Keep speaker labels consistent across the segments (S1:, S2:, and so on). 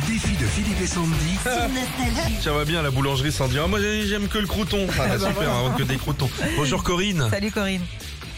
S1: Philippe et Sandy.
S2: Ah, Ça va bien la boulangerie sans dire Ah, moi j'ai- j'aime que le crouton. Ah, bah, super, hein, que des croutons. Bonjour Corinne.
S3: Salut Corinne.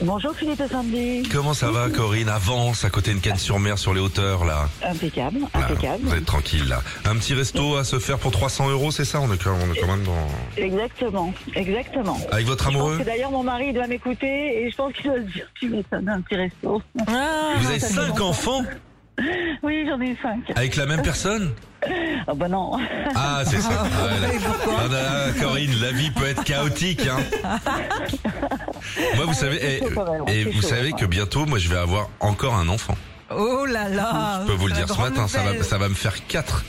S4: Bonjour Philippe et Sandy.
S2: Comment ça va Corinne Avance à côté de Cannes-sur-Mer sur les hauteurs là.
S4: Impeccable,
S2: Là,
S4: impeccable.
S2: Ah, Vous êtes tranquille là. Un petit resto à se faire pour 300 euros, c'est ça On est quand on est quand même dans...
S4: Exactement, exactement.
S2: Avec votre
S4: Je pense
S2: amoureux
S4: que d'ailleurs mon mari il doit m'écouter et je pense qu'il doit se dire tu m'étonnes un petit resto.
S3: Ah,
S2: Vous avez
S3: ça fait
S2: 5
S3: longtemps.
S2: enfants
S4: Oui j'en ai eu cinq.
S2: avec la même personne
S4: Ah bah non.
S2: Ah, c'est ça. Ouais, là. Ah, là, là, Corinne, la vie peut être chaotique. Hein. Moi, vous savez,
S4: c'est
S2: eh,
S4: chaud quand même,
S2: et,
S4: c'est
S2: vous
S4: chaud, hein.
S2: savez
S4: ouais.
S2: que bientôt, moi, je vais avoir encore un enfant.
S3: Oh là là.
S2: Je peux vous le
S3: la
S2: dire ce
S3: grande
S2: matin, ça va,
S3: nouvelle.
S2: ça va me faire 4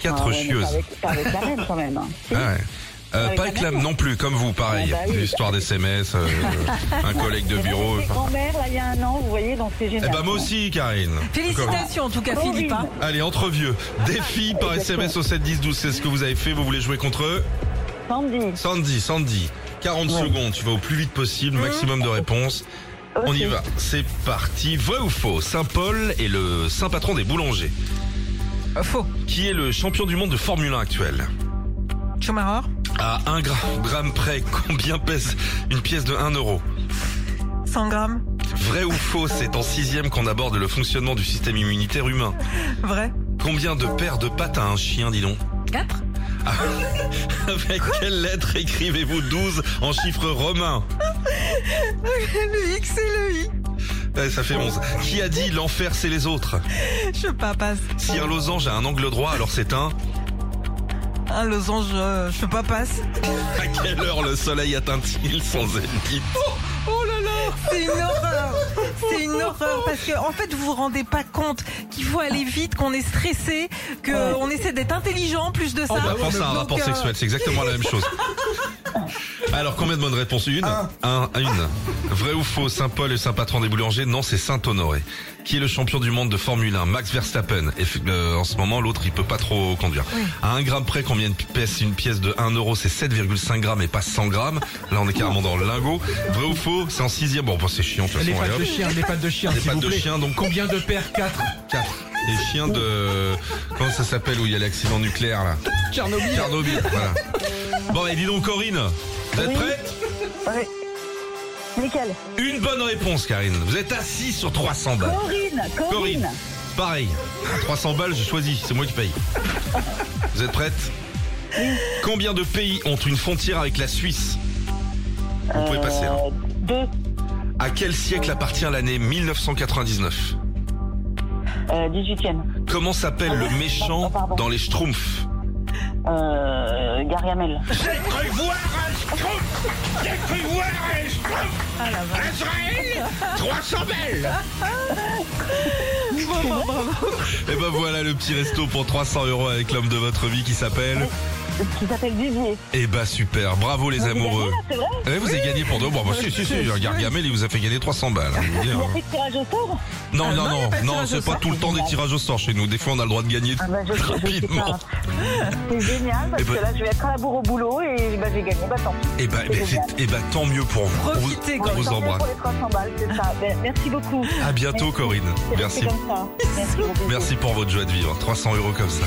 S2: quatre
S4: Ah ouais, mais
S2: chieuses.
S4: pas Avec, pas avec la même quand même. hein. Si.
S2: Ah ouais. Euh,
S4: Avec
S2: pas
S4: la
S2: avec l'âme
S4: même.
S2: non plus, comme vous, pareil.
S4: Ah bah oui.
S2: Histoire d'SMS, euh, un collègue de bureau.
S4: Mes
S2: enfin.
S4: grand-mères là il y a un an vous voyez donc c'est
S2: Eh
S4: génial.
S2: ben moi aussi, Karine.
S3: Félicitations en tout cas
S4: Corinne.
S3: Philippe. hein.
S2: Allez, entre vieux. Défi par SMS au 7 10 12. C'est ce que vous avez fait. Vous voulez jouer contre eux
S4: Sandy.
S2: Sandy, Sandy. 40
S4: Ouais. Mhm.
S2: secondes. Tu vas au plus vite possible, maximum de réponses. On y
S4: Ok.
S2: va. C'est parti. Vrai ou faux Saint Paul est le saint patron des boulangers.
S3: Euh, Faux.
S2: Qui est le champion du monde de Formule 1 actuel
S3: Schumacher.
S2: À 1 gramme près, combien pèse une pièce de 1 euro
S3: 100 grammes.
S2: Vrai ou faux, c'est en sixième qu'on aborde le fonctionnement du système immunitaire humain.
S3: Vrai.
S2: Combien de paires de pattes a un chien, dis donc Ah,
S3: 4.
S2: Avec quelle lettre écrivez-vous 12 en chiffre romain
S3: le X et le I.
S2: Eh, Ça fait 11. Qui a dit l'enfer c'est les autres
S3: Je sais pas, passe.
S2: Si un losange a un angle droit, alors c'est un.
S3: Un losange, euh, je sais pas, passe.
S2: À quelle heure le soleil atteint-il son zénith
S3: Oh là là C'est une horreur C'est une horreur parce que en fait vous vous rendez pas compte qu'il faut aller vite, qu'on est stressé, qu'on essaie d'être intelligent en plus de ça.
S2: On va penser à un
S3: Donc,
S2: bah, rapport
S3: euh,
S2: sexuel, c'est exactement la même chose. Alors, combien de bonnes réponses Une Un. une. Vrai ou faux, Saint-Paul est Saint-Patron des boulangers Non, c'est Saint-Honoré. Qui est le champion du monde de Formule 1 Max Verstappen. Et, euh, en ce moment, l'autre, il peut pas trop conduire. À 1 gramme près, combien de pèse une pièce de 1 euro C'est 7,5 grammes et pas 100 grammes. Là, on est carrément dans le lingot. Vrai ou faux C'est en sixième. Bon, bon, c'est chiant, de toute façon.
S5: Les
S2: allez,
S5: pattes
S2: hop.
S5: de chien, les pattes de chien,
S2: Des
S5: s'il
S2: pattes
S5: vous
S2: de
S5: plaît.
S2: chien, donc
S5: Combien de paires 4
S2: 4. Les chiens de... Comment ça s'appelle où il y a l'accident nucléaire, là
S5: Tchernobyl.
S2: Tchernobyl, voilà. Bon, et dis donc, Corinne, vous êtes
S4: Oui.
S2: prête
S4: Ouais. Nickel.
S2: Une bonne réponse, Karine. Vous êtes assis sur 300 balles.
S4: Corinne. Corinne.
S2: Corinne, pareil. À 300 balles, je choisis. C'est moi qui paye. Vous êtes prête Combien de pays ont une frontière avec la Suisse Vous pouvez passer. hein. là.
S4: Euh, deux.
S2: À quel siècle appartient l'année 1999
S4: Euh, 18e.
S2: Comment s'appelle le méchant dans les Schtroumpfs
S4: Euh, Gariamel.
S6: J'ai cru voir un schtroumpf J'ai cru voir un schtroumpf
S3: Ah la vache.
S6: Israël 300 balles
S3: Bravo, bravo.
S2: Et ben voilà le petit resto pour 300 euros avec l'homme de votre vie qui s'appelle.
S4: Qui s'appelle Didier.
S2: Et bah super, bravo les
S4: Vous avez
S2: amoureux.
S4: gagné, là, C'est vrai
S2: Eh, vous avez gagné pour deux. Bon, bah, si, si,
S3: Ah,
S2: si, Gargamel, il vous a fait gagner 300 balles. hein, je veux dire.
S4: Il a fait le tirage au sort
S2: Non, non,
S3: Ah, non, il y a
S2: non,
S3: pas de
S2: non,
S3: tirage au
S2: c'est pas
S3: sort.
S2: tout le temps des tirages au sort chez nous. Des fois, on a le droit de gagner
S4: Ah bah, je- je sais
S2: rapidement.
S4: pas. C'est génial parce
S2: Eh ben-
S4: que là je vais être à la bourre au boulot et bah, j'ai gagné. Bah tant pis.
S2: Et bah, eh ben, c'est- eh ben, tant mieux pour vous. On vous-
S3: Profitez,
S2: on
S3: Corinne.
S2: vous
S4: Tant mieux
S2: embrasse.
S4: pour les 300 balles, c'est ça. Ben, merci beaucoup.
S2: À bientôt, Corinne.
S4: C'est
S2: Merci.
S4: resté comme ça. Merci. gros bisous.
S2: Merci pour votre joie de vivre. 300 euros comme ça.